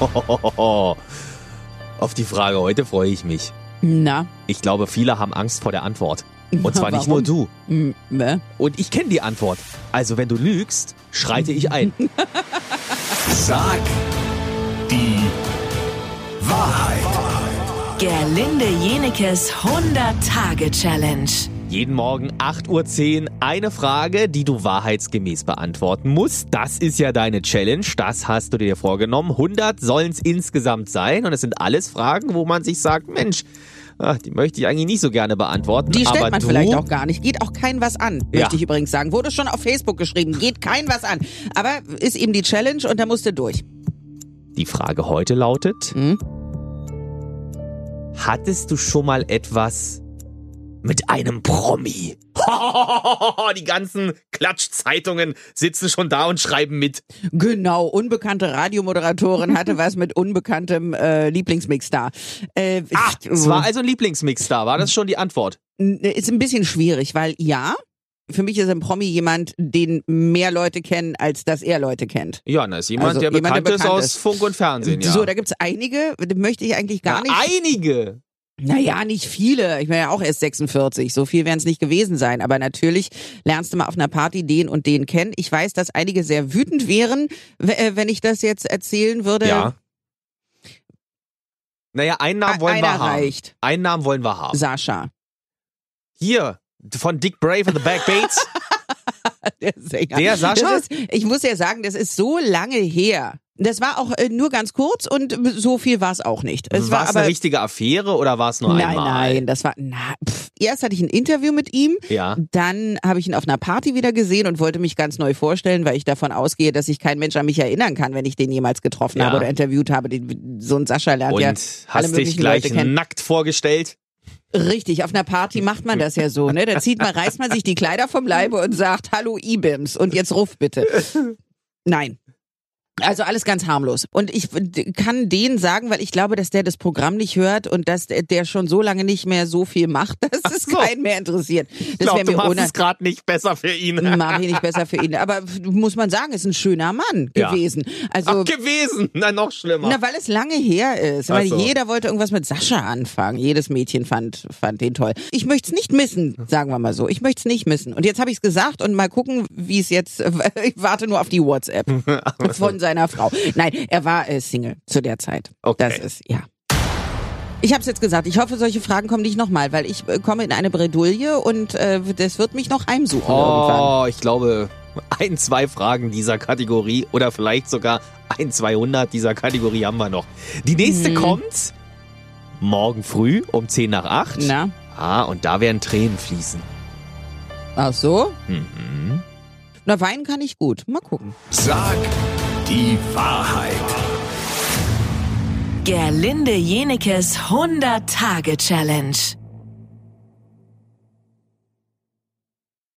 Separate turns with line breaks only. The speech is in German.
Oh, Auf die Frage heute freue ich mich.
Na,
Ich glaube, viele haben Angst vor der Antwort. Und zwar nicht nur
Warum?
du.
m, ne?
Und ich kenne die Antwort. Also wenn du lügst, schreite ich ein.
Sag die Wahrheit.
Gerlinde Jenekes 100-Tage-Challenge.
Jeden Morgen 8.10 Uhr eine Frage, die du wahrheitsgemäß beantworten musst. Das ist ja deine Challenge, das hast du dir vorgenommen. 100 sollen es insgesamt sein und es sind alles Fragen, wo man sich sagt, Mensch, ach, die möchte ich eigentlich nicht so gerne beantworten.
Die stellt
aber
man
du,
vielleicht auch gar nicht. Geht auch kein was an, möchte
Ja.
ich übrigens sagen. Wurde schon auf Facebook geschrieben, geht kein was an. Aber ist eben die Challenge und da musst du durch.
Die Frage heute lautet,
Hm?
hattest du schon mal etwas mit einem Promi? die ganzen Klatschzeitungen sitzen schon da und schreiben mit.
Genau, unbekannte Radiomoderatorin hatte was mit unbekanntem äh, Lieblingsmixstar. Äh,
Ah,
ich-
es war also ein Lieblingsmix da, war das schon die Antwort?
N- ist ein bisschen schwierig, weil ja, für mich ist ein Promi jemand, den mehr Leute kennen, als dass er Leute kennt.
Ja, na, ist jemand,
Also
der,
jemand,
bekannt
der
ist
bekannt
aus
ist.
Funk und Fernsehen, ja.
So, da gibt's einige, die möchte ich eigentlich gar
Na,
nicht.
einige.
Naja, nicht viele. Ich bin ja auch erst 46. So viel werden es nicht gewesen sein. Aber natürlich lernst du mal auf einer Party den und den kennen. Ich weiß, dass einige sehr wütend wären, w- äh, wenn ich das jetzt erzählen würde.
Ja. Naja, einen Namen wollen
Einer
wir haben.
reicht.
Einen Namen wollen wir haben.
Sascha,
Hier, von Dick Brave and the Backbates.
der Sänger.
Der Sascha?
Das ist, ich muss ja sagen, das ist so lange her. Das war auch äh, nur ganz kurz und so viel war es auch nicht. Es
war es
war aber
Also eine richtige Affäre oder war es nur
nein,
einmal?
nein, das war na, pff. erst hatte ich ein Interview mit ihm.
Ja.
Dann habe ich ihn auf einer Party wieder gesehen und wollte mich ganz neu vorstellen, weil ich davon ausgehe, dass sich kein Mensch an mich erinnern kann, wenn ich den jemals getroffen
Ja.
habe oder interviewt habe. Den, so ein Sascha lernt
Und
ja alle
hast dich
möglichen
gleich
Leute kennen.
nackt vorgestellt?
Richtig, auf einer Party macht man das ja so, ne? Da zieht man, reißt man sich die Kleider vom Leibe und sagt, hallo Ibims und jetzt ruf bitte. Nein. Also alles ganz harmlos. Und ich d- kann den sagen, weil ich glaube, dass der das Programm nicht hört und dass der, der schon so lange nicht mehr so viel macht, dass es
so.
keinen mehr interessiert.
Ich
Das
glaube,
wäre
du
mir
machst
ohne. Mm,
es gerade nicht besser für ihn.
Mache ich nicht besser für ihn. Aber muss man sagen, ist ein schöner Mann
Ja.
gewesen. Also,
Ach, gewesen. Na, noch schlimmer.
na, weil es lange her ist. Weil
Ach so.
jeder wollte irgendwas mit Sascha anfangen. Jedes Mädchen fand, fand den toll. Ich möchte es nicht missen, sagen wir mal so. Ich möchte es nicht missen. Und jetzt habe ich es gesagt und mal gucken, wie es jetzt. Ich warte nur auf die WhatsApp von seiner Frau. Nein, er war äh, Single zu der Zeit.
Okay.
Das ist, ja. Ich habe es jetzt gesagt. Ich hoffe, solche Fragen kommen nicht nochmal, weil ich äh, komme in eine Bredouille und äh, das wird mich noch heimsuchen irgendwann.
Oh, ich glaube, ein, zwei Fragen dieser Kategorie oder vielleicht sogar ein, 200 dieser Kategorie haben wir noch. Die nächste
Mm.
kommt morgen früh um 10 nach 8.
Na,
Ah, und da werden Tränen fließen.
ach so?
Mhm.
Na, weinen kann ich gut. Mal gucken.
Sag die Wahrheit.
Gerlinde Jenekes 100-Tage-Challenge.